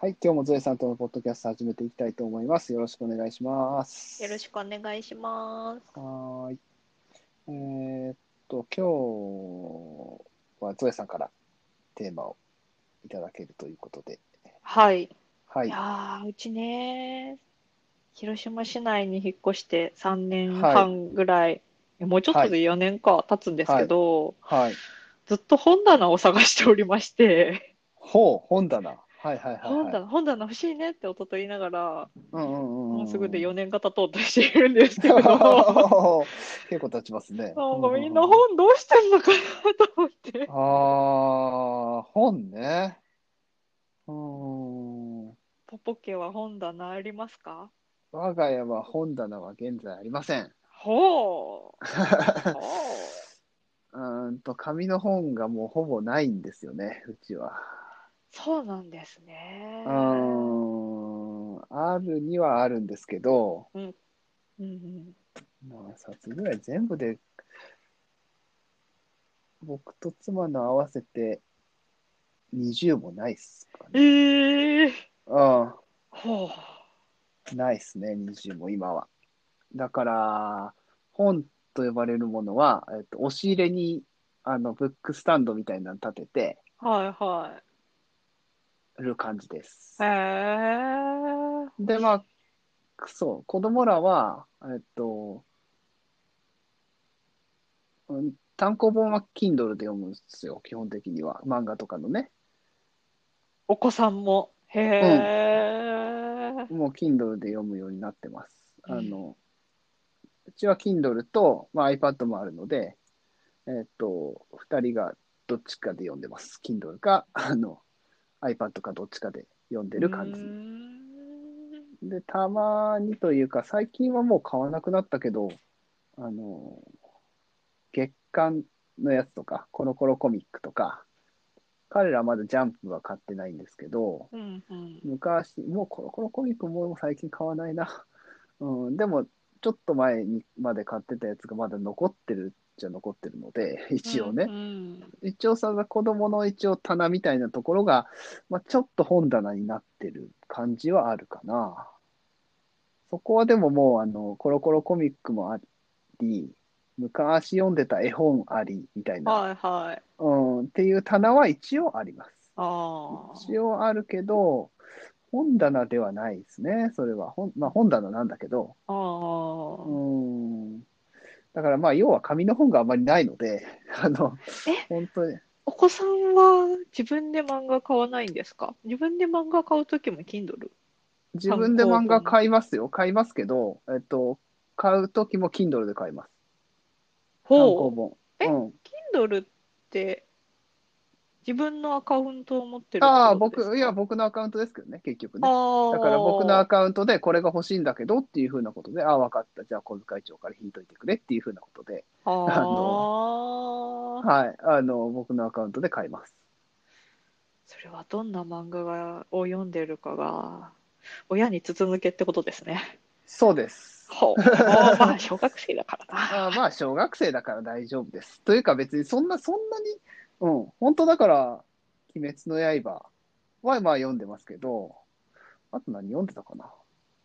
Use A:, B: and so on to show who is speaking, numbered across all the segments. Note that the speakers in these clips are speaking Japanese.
A: はい、今日もゾエさんとのポッドキャスト始めていきたいと思います。よろしくお願いします。
B: よろしくお願いします。
A: く。はーい。えーっと、今日はゾエさんからテーマをいただけるということで。
B: はい。
A: はいい。
B: やーうちね、広島市内に引っ越して3年半ぐらい、もうちょっとで4年か経つんですけど、
A: はい。
B: ずっと本棚を探しておりまして、
A: ほう、本棚。はいはいはい、はい。
B: 本棚、本棚欲しいねって夫と言いながら、
A: うんうんうんうん。
B: もうすぐで4年が経とうとしているんです けど、なんか
A: 結構経ちますね。
B: みんな本どうしてんのかなと思って。
A: ああ、本ね。うーん。
B: ポポケは本棚ありますか
A: 我が家は本棚は現在ありません。
B: ほう。 ほう。
A: うーんと、紙の本がもうほぼないんですよね、うちは。
B: そうなんですね
A: う。ーん。あるにはあるんですけど、
B: うんうん
A: 何冊ぐらい全部で、僕と妻の合わせて20もないっすかね。
B: ええ
A: うん。
B: ほ
A: ないっすね、20も今は。だから、本と呼ばれるものは、えっと、押し入れに、あの、ブックスタンドみたいなの立てて
B: う。はいは
A: る感じです
B: い。へ。え。
A: で、まあ、そう、子供らは、えっと、うん単行本は Kindle で読むんですよ、基本的には。漫画とかのね。
B: お子さんも。へえ。
A: もう Kindle で読むようになってます。あの、うちは Kindle と、まあ、iPad もあるので、えっと、二人がどっちかで読んでます。Kindle か、あの、iPad かどっちかで読んでる感
B: うー
A: じ。
B: ん
A: で、たまにというか、最近はもう買わなくなったけど、あの、月刊のやつとか、コロコロコミックとか、彼らまだジャンプは買ってないんですけど、
B: うんうん。
A: 昔、もうコロコロコミックも最近買わないな。 うん、でも、ちょっと前にまで買ってたやつがまだ残ってるっちゃ残ってるので、一応ね。
B: うん
A: 一応さ、子供の一応棚みたいなところが、まあ、ちょっと本棚になってる感じはあるかな。そこはでももう、あの、コロコロコミックもあり、昔読んでた絵本あり、みたい
B: うん。
A: な、
B: はいはい。
A: うん、っていう棚は一応あります。
B: ああ。
A: 一応あるけど、本棚ではないですね、それは。本まあ、本棚なんだけど。
B: あ
A: う
B: あ。
A: ーん。だからまあ、要は紙の本があまりないので、 あの、
B: え
A: 本当に。
B: お子さんは自分で漫画買わないんですか自分で漫画買うときも Kindle?
A: 自分で漫画買いますよ。買いますけど、えっと、買うときも Kindle で買います。単行
B: ほう。
A: 本。
B: え
A: うん、
B: Kindle って自分のアカウントを持ってるって
A: ああ、
B: ことですか
A: 僕、いや、僕のアカウントですけどね、結局ね。
B: ああ。
A: だから僕のアカウントでこれが欲しいんだけどっていうふうなことで、ああ、わかった。じゃあ小遣い帳から引いといてくれっていうふうなことで、
B: あ
A: あ
B: の
A: はい。あの、僕のアカウントで買います。
B: それはどんな漫画がを読んでるかが親に筒抜けってことです ね。
A: そうです。
B: ほうあーまあ小学生だか らな。
A: あーまあ、小学生だから大丈夫です。というか別にそんな、そんなに、うん、本当だから、鬼滅の刃はまあ読んでますけど、あと何読んでたかな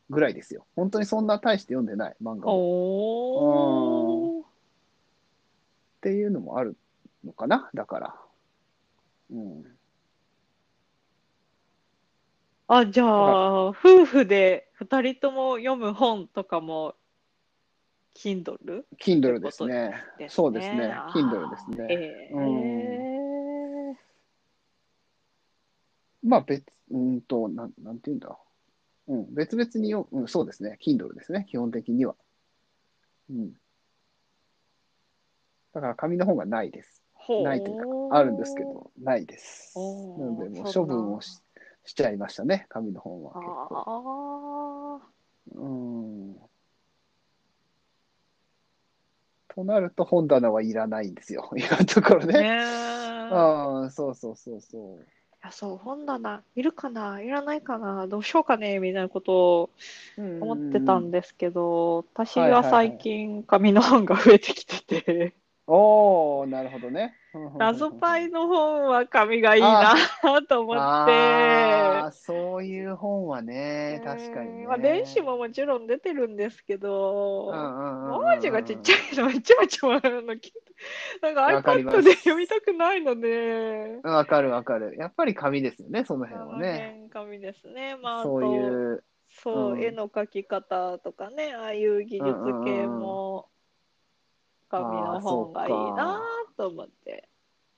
A: ぐらいですよ。本当にそんな大して読んでない漫画をっ
B: おお。
A: ていうのもあるのかなだから。うん。
B: あじゃあ夫婦で二人とも読む本とかも Kindle
A: Kindle ですね。
B: ですね。
A: そうですね
B: あ。ー
A: Kindle ですね。
B: ええ
A: まあ別、うーんと、なん、なんて言うんだ。うん、別々によ、うん、そうですね。Kindle ですね。基本的には。うん。だから紙の本がないです。
B: ほ
A: ないというか、あるんですけ。ど、ないです。
B: お
A: な
B: ー
A: ので、もう処
B: そうなん
A: 分をし、しちゃいましたね。紙の本は
B: あ
A: 結構。
B: あ。
A: うん。となると本棚はいらないんですよ。 今のところ
B: ね
A: ね。
B: え
A: ああ、そうそうそうそう。
B: いや、そう、本棚、いるかな、いらないかな、どうしようかね、みたいなことを思ってたんですけど、私
A: はいは
B: はい
A: はい
B: 最近、紙の本が増えてきてて、
A: おー、なるほどね。
B: 謎パ
A: イ
B: イの本は紙がいいなと思って
A: あ。ーそういう本はね、確かに、ね。
B: まあ、電子ももちろん出てるんですけど、
A: 文
B: 文字がちっちゃいのめちゃめちゃ笑うのきっとなん
A: わ
B: か
A: かります
B: iPad で読みたくないので、
A: い。わかるわかる。やっぱり紙ですよね、その
B: あ
A: 辺
B: の
A: はね。
B: 辺紙ですね。まあ、あと
A: そういう。
B: そう、
A: うん
B: 絵の描き方とかね、ああいう技術系も紙の本がいいなと思って。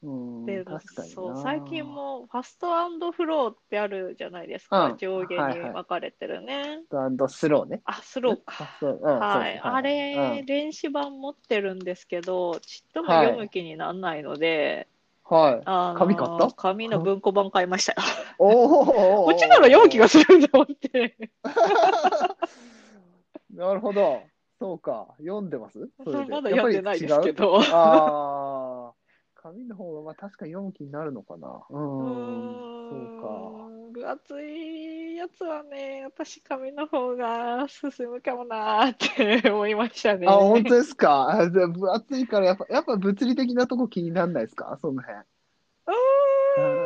A: うん、
B: で、
A: 確かにな
B: そう、最近。もファストフローってあるじゃないですか、
A: うん
B: 上下
A: はい
B: に
A: はい
B: 分かれてるね。
A: アンドスローね。
B: あ、スロー
A: あ
B: か。
A: そううん
B: はい、
A: そう
B: あれ、
A: うん
B: 電子版持ってるんですけど、ちっとも
A: はい
B: 読む気にならないので、
A: はい。
B: あの
A: 紙買った
B: 紙の文庫版買いましたよ。
A: おお。
B: こっちなら読む気がするんだ思って。
A: なるほど。そうか。読んでますそれで
B: まだ読んでないですけ。ど。
A: やっぱり違うああ。紙の方はまあ確かに読む気になるのかな。う
B: うー
A: ん。
B: ん
A: そうか。
B: 分厚いやつはね、私紙の方が進むかもなーって思いましたね。
A: あ、本当ですか。 あで分厚いからやっぱ、やっぱ物理的なとこ気にならないですかその辺。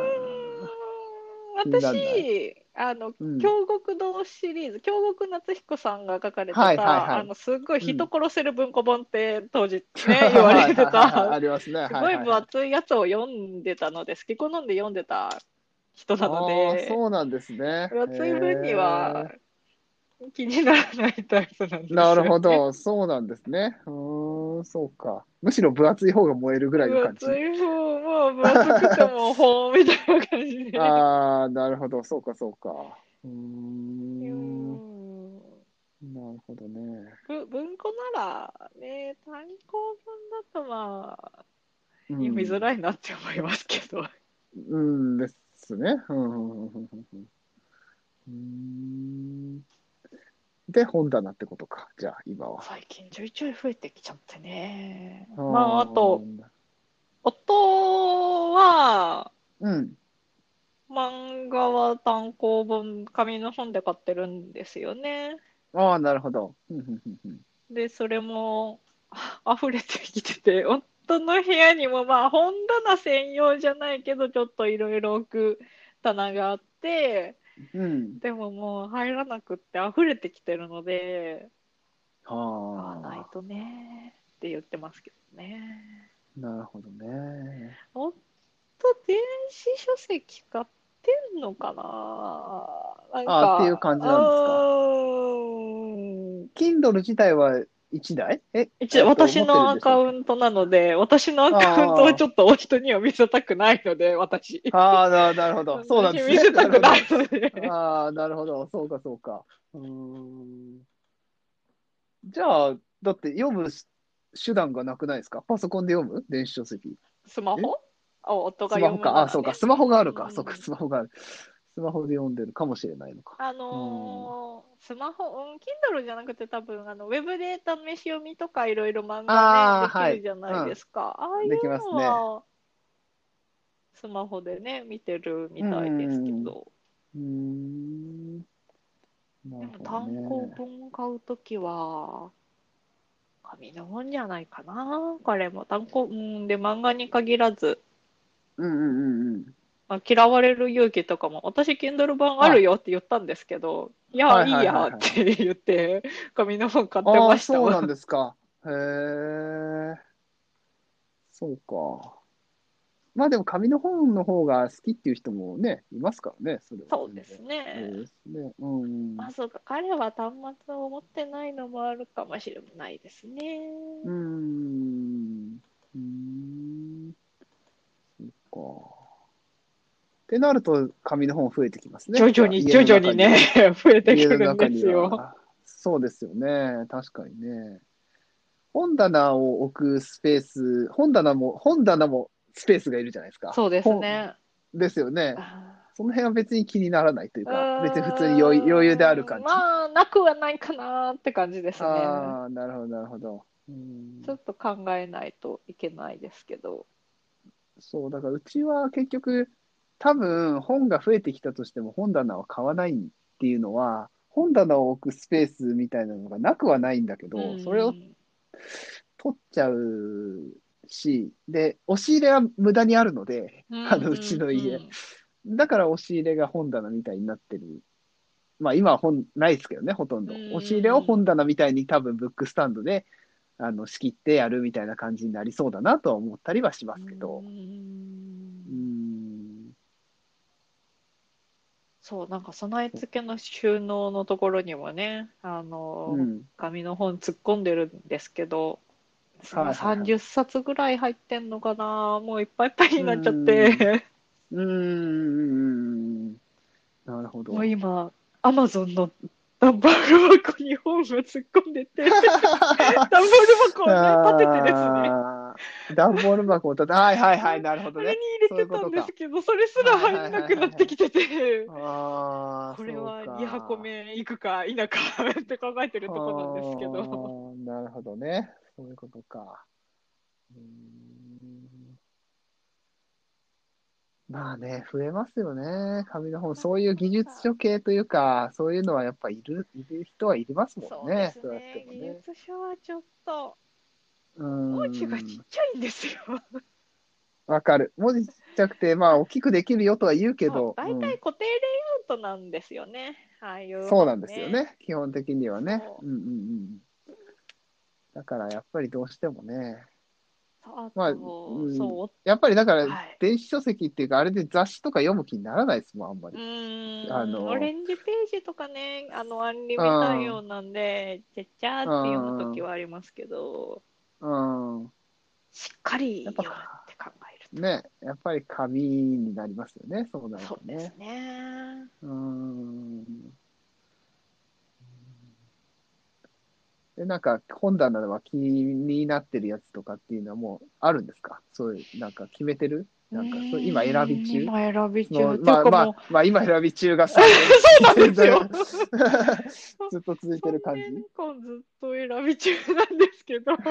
A: 気にならな
B: うーん私、あの、
A: うん
B: 京極堂シリーズ、京極夏彦さんが書かれてた、
A: はいはいはい
B: あの、すっごい
A: うん
B: 人殺せる文庫本って当時ね、言われて
A: はい はいはいあ
B: た、
A: りますね。
B: すごい分
A: 厚
B: 厚いやつを読んでたのです。結構飲んで読んでた人なので、
A: そうなんですね。
B: 分厚い分に
A: へー
B: は気にならないタイプなんですよ
A: な
B: ね
A: るほど、そうなんですね。うーん、そうか。むしろ分厚い方が燃えるぐらいの
B: 分
A: 感じ。
B: 厚い方も分厚くても本みたいな感じで。
A: ああ、なるほど、そうか、そうか。うー、
B: うん
A: なる
B: ん
A: ほどね。
B: ぶ文庫ならね単行本だとまあ
A: うん
B: 読みづらいなって思いますけど、
A: うんですね。うんうんうんうんうんうーんで、本棚ってことか、じゃあ、今は。
B: 最近ちょいちょい増えてきちゃってね
A: う
B: ま
A: ーん
B: ああと、夫は
A: うん。
B: 漫画は単行本紙の本で買ってるんですよね
A: ああ、なるほど。うんうんうんうん
B: でそれも あ溢れてきてて夫の部屋にもまあ本棚専用じゃないけどちょっといろいろ置く棚があって
A: うん。
B: でももう入らなくって溢れてきてるので、買わ
A: あ
B: ない
A: あ、
B: とねって言ってますけどね。
A: なるほどね。
B: おっと、電子書籍買ってんのかななんか
A: あっていう感じなんですか
B: うーん
A: Kindle 自体は1台え
B: 一応私のアカ
A: ン
B: ウントなので、私のアカウントをちょっとお人には見せたくないので、私。
A: ト。ああ、ななるほど。そうなんですね。
B: 見せたくない ので。
A: ああ、なるほど。そうか、そうか。うーん。じゃあ、だって読む手段がなくないですかパソコンで読む電子書籍。
B: スマホあ、夫が
A: ス
B: 読
A: マホ
B: む
A: か。
B: なら
A: あそうか。
B: ね
A: スマホがある
B: う
A: か。
B: ん
A: そうか、スマホがある。スマホで読んでるかもしれないのか。
B: あのースマホ、うん、Kindle じゃなくて多分あのウェブで試し読みとかいろいろ漫画
A: あー
B: ねできるじゃないですか。ああ,、い
A: でき
B: う
A: ます
B: の
A: ね
B: は、スマホでね見てるみたいですけど、
A: うーん。な
B: で
A: る
B: も
A: ほど
B: 単
A: ね。
B: 行本を買うときは紙の本じゃないかな。これも単行うんで漫画に限らず、
A: うんうんうんうん。
B: まあ、嫌われる勇気とかも、私、Kindle 版あるよって言ったんですけど、いや、
A: はい
B: い
A: はいいはい
B: や
A: はい
B: って言って、紙の本買って
A: ああ
B: ま
A: ー、
B: した
A: そう
B: わ
A: なんです か。へえ。そうか。まあでも紙の本の方が好きっていう人もね、いますからね、それは。
B: そうです
A: 全然。
B: ね。
A: そうですね。うん。
B: まあ、そうか、彼は端末を持ってないのもあるかもしれないですね。
A: うん。うーん。そうか。ってなると、紙の本増えてきますね。
B: 徐々に、
A: 家の
B: 徐
A: 中
B: 々にね、 増えてく
A: 家
B: るんです
A: の中に
B: よ。
A: はそうですよね。確かにね。本棚を置くスペース、本棚も、本棚もスペースがいるじゃないですか。
B: そうですね。
A: 本。ですよね。
B: あ
A: その辺は別に気にならないというか、
B: ー
A: 別に普通に余裕余裕である感じ。
B: まあ、なくはないかなって感じですね。
A: ああ、なるほど、なるほど。うん
B: ちょっと考えないといけないですけど。
A: そう、だからうちは結局、多分本が増えてきたとしても本棚は買わないっていうのは、本棚を置くスペースみたいなのがなくはないんだけど、
B: うん
A: それを取っちゃうし、で、押し入れは無駄にあるので、あのうちの家
B: ん
A: だから押し入れが本棚みたいになってる。まあ今は本ないですけどね、ほとんど
B: うん。
A: 押し入れを本棚みたいに多分ブックスタンドであの仕切ってやるみたいな感じになりそうだなとは思ったりはしますけど
B: う。ん
A: うーん。
B: そう、なんか備え付けの収納のところにもね、あの、
A: うん。
B: 紙の本突っ込んでるんですけど、
A: はいはいはい
B: 30冊ぐらい入ってんのかな、もういっぱいいっぱいになっちゃって、
A: うーん。なるほど。
B: もう今、アマゾンの段ボール箱に本を突っ込ん でて、段ボール箱をね、立ててですね。
A: あー段ボール箱を立て、はいはいはい、なるほ
B: あ
A: ど
B: れ
A: ね
B: に。入れてたんですけど、それすら入んなくなってきてて、
A: ああ、
B: これは
A: そうか
B: 2箱目行くか否かって考えてるとこなんですけど、
A: あーなるほどね。そういうことか。うーんまあね、増えますよね。紙の本、そういう技術書系というか、そういうのはやっぱいる、いる人はいりますもんね。そうやっても
B: 技
A: ね。
B: 術書はちょっと
A: うー
B: 文字がちっ
A: ん。
B: ちゃいんですよ。
A: わかる。文字ちっちゃくて、まあ大きくできるよとは言うけど、
B: まあ大
A: うん
B: 体固定レイアウトなんですよね。ああいう、
A: そうなんですよ。ね、基本的にはね
B: そ。
A: うんうんうん。だからやっぱりどうしてもね、
B: あと、
A: まあうん
B: そ
A: やっぱりだか
B: う、
A: ら
B: はい。
A: 電子書籍っていうか、あれで雑誌とか読む気にならないですもん、あんま
B: う
A: り。
B: ーん
A: あの
B: オレンジページとかね、あの、アンリミ対応なんで、ちゃっちゃーって読むときはありますけど、
A: うん。
B: しっかり
A: やっぱ
B: 読むって考えると。
A: ね、やっぱり紙になりますよね、そうなる
B: そ
A: と
B: うです
A: ね。
B: ね。
A: うん。で、なんか本棚は気になってるやつとかっていうのはもうあるんですかそういう、なんか決めてるなんかそうう、
B: ーん
A: 今選び中
B: 今選び
A: の
B: 中。て
A: まあ
B: か
A: ま
B: もう
A: あ、まあ今選び中が
B: そうなんですよ。
A: ずっと続いてる感じ
B: 3年間ずっと選び中なんですけ ど、こ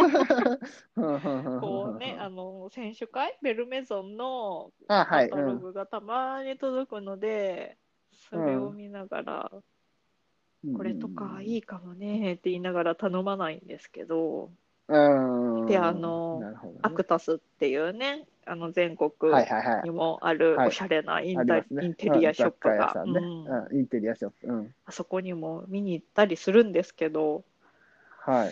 A: こ
B: うね、あの、選手会、ベルメゾンの
A: あ、は
B: カ
A: い、
B: タ
A: う
B: ロ
A: ん、
B: グがたまに届くので、それを見ながら、これとかいいかもねって言いながら頼まないんですけど、
A: うん。
B: であの
A: なるほどね
B: アクタスっていうね、あの全国
A: はいはいはい。
B: にもある
A: はい
B: おしゃれなイン
A: あり
B: タ
A: ま
B: イ
A: すね。
B: インテリアショップ
A: うん
B: が
A: 雑貨屋、さんね
B: うん
A: うんインテリアショップ。うん。
B: あそこにも見に行ったりするんですけど、
A: はい。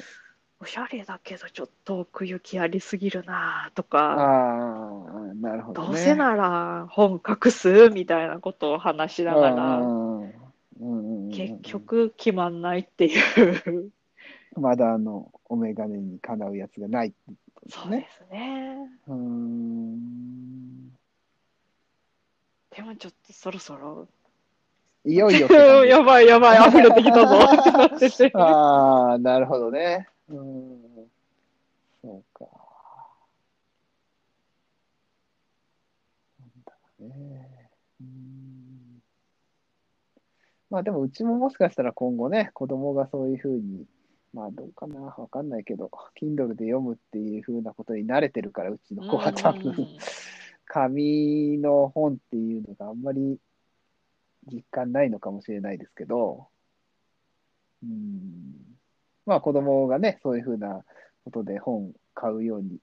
B: おしゃれだけどちょっと奥行きありすぎるなとか、
A: ああ、なるほどね。
B: どうせなら本隠すみたいなことを話しなが
A: う
B: ら、
A: んうんうんうん
B: 結。局決まんないっていう、
A: まだあの、お眼鏡にかなうやつがない。
B: そうですね。
A: うーん。
B: でもちょっとそろそろ、
A: いよいよって感じ。
B: や ばいやば い、溢れてきたぞってなってて。
A: ああ、なるほどね。うん。そうか。なんだろうね。うん。まあでもうちももしかしたら今後ね、子供がそういうふうに、まあどうかな、わかんないけど、Kindle で読むっていうふうなことに慣れてるから、うちの子は多
B: うんうんうん
A: 分、紙の本っていうのがあんまり実感ないのかもしれないですけど、うん、まあ子供がね、そういうふうなことで本買うように、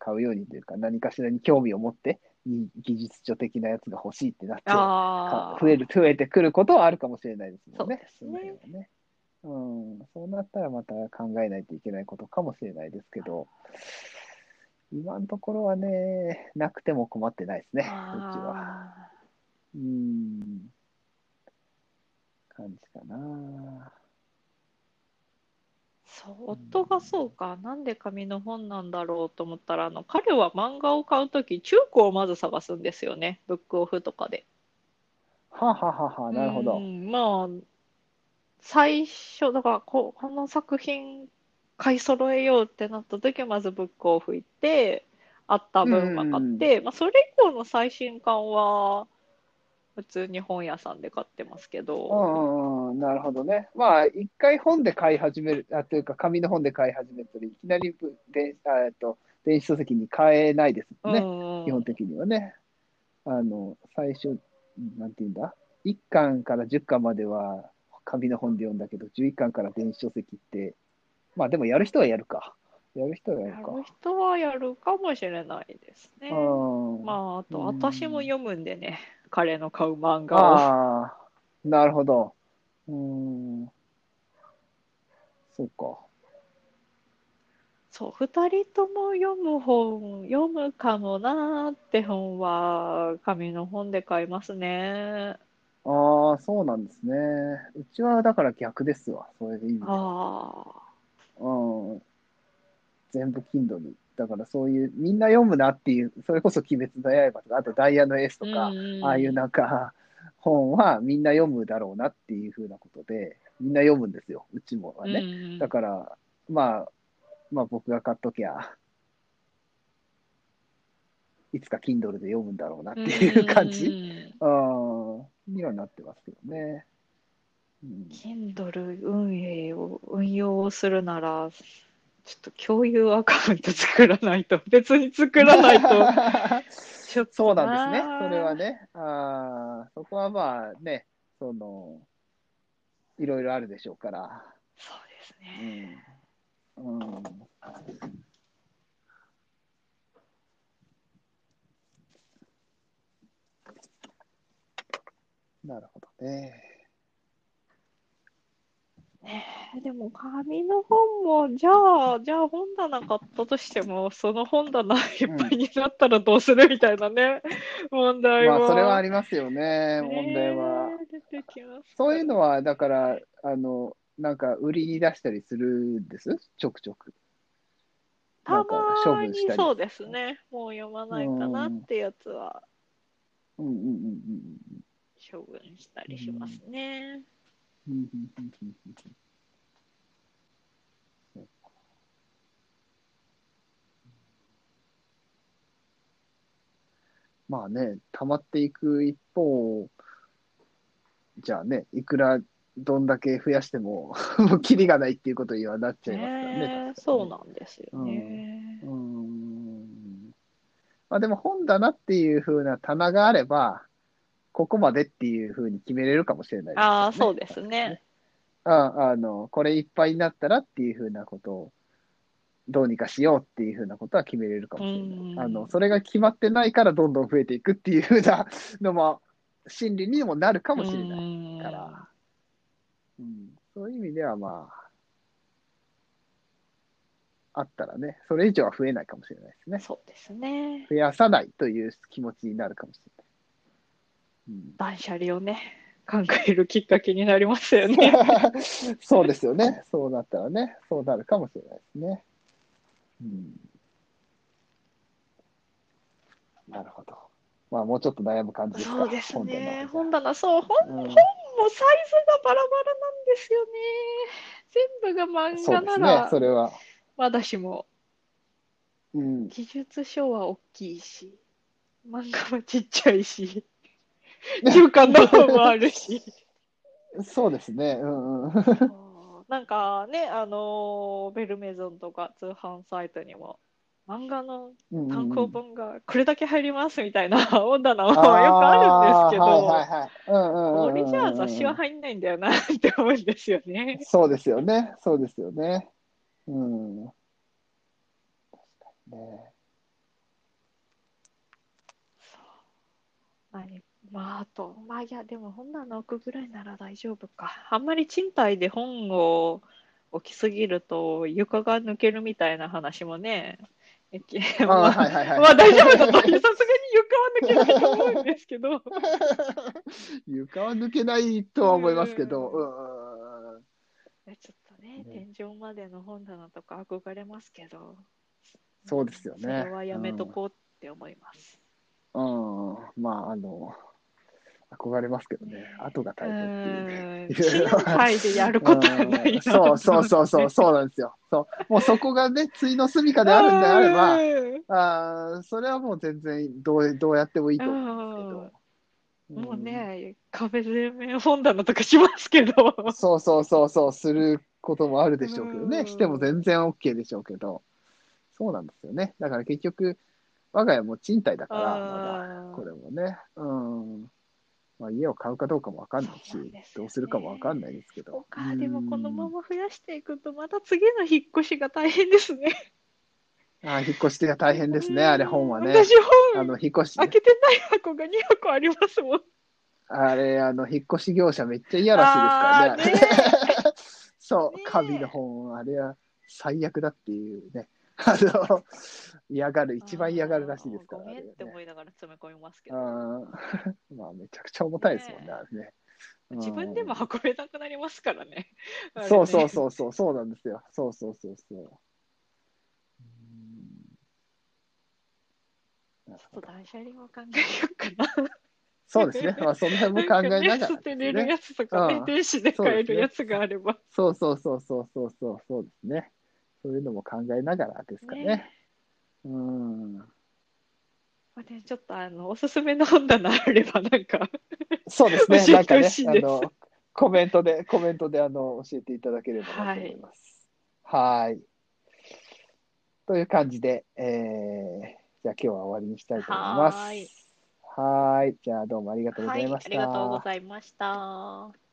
A: 買うようにというか、何かしらに興味を持って、に技術書的なやつが欲しいってなって、
B: あ
A: か
B: あ、
A: 増える、増えてくることはあるかもしれないですもんね。
B: そうですね
A: その辺はねうん、そうなったらまた考えないといけないことかもしれないですけど、今のところはね、なくても困ってないですね、うちは。
B: あ
A: うん。感じかな。
B: ーそう夫がそうか、なんで紙の本なんだろうと思ったら、あの彼は漫画を買うとき、中古をまず探すんですよね、ブックオフとかで。
A: はあはあはあはあ、なるほ
B: う
A: ど。
B: んまあ、最初、だからこ、この作品買い揃えようってなった時は、まずブックオフ行って、あった分は買って、まあ、それ以降の最新刊は、普通に本屋さんで買ってますけ
A: う
B: ど、
A: んうんうん、なるほどね。まあ、一回本で買い始める、あ、というか、紙の本で買い始めたら、いきなりぶ電あえっと電子書籍に変えないですもんね。
B: うん
A: 基本的にはね。あの、最初、なんて言うんだ ?1 巻から10巻までは紙の本で読んだけど、11巻から電子書籍って、まあでもやる人はやるか。やる人はや
B: や
A: るか。
B: る人はやるかもしれないですね。
A: うん。
B: まあ、あと、
A: うん
B: 私も読むんでね、彼の買う漫画を。
A: ああ、なるほど。うーん。そうか。
B: そう、二人とも読む本、読むかもなーって本は、紙の本で買いますね。
A: ああ、そうなんですね。うちはだから逆ですわ。そういう意味で。
B: ああ。
A: うん。全部 Kindle。だからそういう、みんな読むなっていう、それこそ鬼滅の刃とか、あとダイヤのエースとか、ああいうなんか、本はみんな読むだろうなっていうふうなことで、みんな読むんですよ。うちもはね。
B: ね
A: だから、まあ、まあ僕が買っときゃ、いつか Kindle で読むんだろうなっていう感じ、
B: じ。
A: うん、にはなってますけどね。うん、
B: Kindle 運営を運用するなら、ちょっと共有アカウント作らないと、別に作 らないと、 ちょっと
A: そうなんですね
B: な。あ
A: それはね。ああ、そこはまあね、その、いろいろあるでしょうから。
B: そうです
A: う
B: ね。
A: ん。うん、なるほどね。
B: でも紙の本も、じゃあ、じゃあ本棚買ったとしても、その本棚いっぱいになったらどうするみたい なね、問題
A: まあ、
B: は。
A: それはありますよね、問題は。
B: ねえ。出てきます
A: そういうのは、だから、あの、なんか売りに出したりするんです、ちょくちょく。な
B: た
A: んか処
B: ま
A: 分し
B: に
A: たり
B: そうですね、もう読まないかなってやつは
A: うんうんうんうん
B: 処分したりしますね。
A: うんうんうんうんうんうんそうかまあね、溜まっていく一方、じゃあね、いくらどんだけ増やしても、 もうキリがないっていうことにはなっちゃいますからね。
B: ねえそうなんですよね。
A: うーんまあでも本棚っていう風な棚があれば、ここまでっていう風に決めれるかもしれないですよね
B: ああ、そうですね。
A: ああの、これいっぱいになったらっていう風なことを、どうにかしようっていう風なことは決めれるかもしれ
B: うん
A: ない。あの、それが決まってないからどんどん増えていくっていう風なのも、心理にもなるか
B: か
A: もしれないから、うん、そういう意味ではまあ、あったらね、それ以上は増えないかもしれないですね。
B: そうですね。
A: 増やさないという気持ちになるかもしれない。
B: 断捨離をね、考えるきっかけになりますよね。
A: うん そうですよね。そうなったらね、そうなるかもしれないですね。うん、なるほど。まあ、もうちょっと悩む感じですか。
B: そうですね。本
A: 本
B: 棚、そう、本
A: 棚の方が。
B: もサイズがバラバラなんですよね。全部が
A: うん
B: 漫
A: そ
B: 画
A: うです
B: な
A: ね
B: ら、、
A: それは。
B: まだしも、
A: うん、
B: 技術書は大きいし、漫画はちっちゃ いし、中間の方もあるし。
A: そうですね。うんうん。
B: そうなんかね、あのーベルメゾンとか通販サイトにも、漫画の
A: うんうん
B: 単行本がこれだけ入りますみたいな本棚はよく
A: ー
B: あるんですけど、
A: はいはいはいうんうんうんうんうん
B: これじゃあ雑誌は入んないんだよなって思うんですよね。
A: そうですよね、そうですよね。うん。確かにね。
B: 何まあ、あと、まあいや、でも本棚置くぐらいなら大丈夫か。あんまり賃貸で本を置きすぎると床が抜けるみたいな話もね、いけ
A: あ
B: まあ
A: ーはいはいはい。
B: まあ大丈夫だと、さすがに床は抜けないと思うんですけど。
A: 床は抜けないとは思いますけど、
B: う
A: うん
B: いやちょっとね、
A: ね
B: 天井までの本棚とか憧れますけど、
A: そうですよね
B: それはやめとこうって思います。
A: うんうん、まあ、あの、憧れますけどね、後が
B: う
A: 大変っていうね。
B: ーん、 賃貸でやることはないな
A: そうそうそうそう、そうなんですよ。そうもうそこがね、ついの住みかであるんであれば、
B: れ
A: あーそれはもう全然どうどうやってもいいと思うんですけど。
B: もうんね、壁全面本棚とかしますけど、
A: そうそうそうそう、することもあるでしょうけど
B: う
A: ね、
B: ん
A: しても全然 OK でしょうけど、そうなんですよね。だから結局、我が家も賃貸だから、まだ、
B: あー
A: これもね、うん。まあ、家を買うかどうかもわかんないし、
B: そうなんですよ
A: ど
B: ね
A: うするかもわかんないですけ
B: そ
A: ど
B: う。か、でもこのまま増やしていくと、また次の引っ越しが大変ですね。
A: あー引っ越しが大変ですね、あれ本はね。
B: 私
A: あ
B: 本
A: の、引っ越し、
B: 開けてない箱が2箱ありますもん。
A: あれ、あの、引っ越し業者めっちゃ嫌らしいですからね。
B: あーね
A: そう
B: ね、え
A: 神の本、あれは最悪だっていうね。 あの、嫌がる、 一番嫌がるらしいですから
B: あーごめんっ
A: ね
B: て思いながら詰め込みますけ
A: あ
B: ど、
A: ー まあ、めちゃくちゃ重たいですもんね、
B: ねえ
A: あれね。うん
B: 自分でも運べなくなりますからね。あれね
A: そうそうそうそう、そうなんですよ。そうそうそうそう。うん
B: ちょっと断捨離も考えようかな。
A: そうですね。まあ、その辺も考えながら
B: んかね捨てれ
A: です
B: る
A: ね。
B: やつとかね、
A: うん
B: 電子で買えるやつがあれば。
A: そうそうそうそうそうそうそうですね。そういうのも考えながらですかね。
B: ね
A: うん。
B: まあね、ちょっとあのおすすめの本棚あればなんか、
A: そうです ね。
B: 教
A: な
B: え
A: んか
B: て
A: ね
B: ほしい、
A: あ
B: です
A: の、コメントで、コメントで、あの、教えていただければなと思います。はーい。という感じで、えー、じゃあ今日は終わりにしたいと思います。
B: はーい
A: はーい。じゃあどうもありがとうございました。
B: ありがとうございました。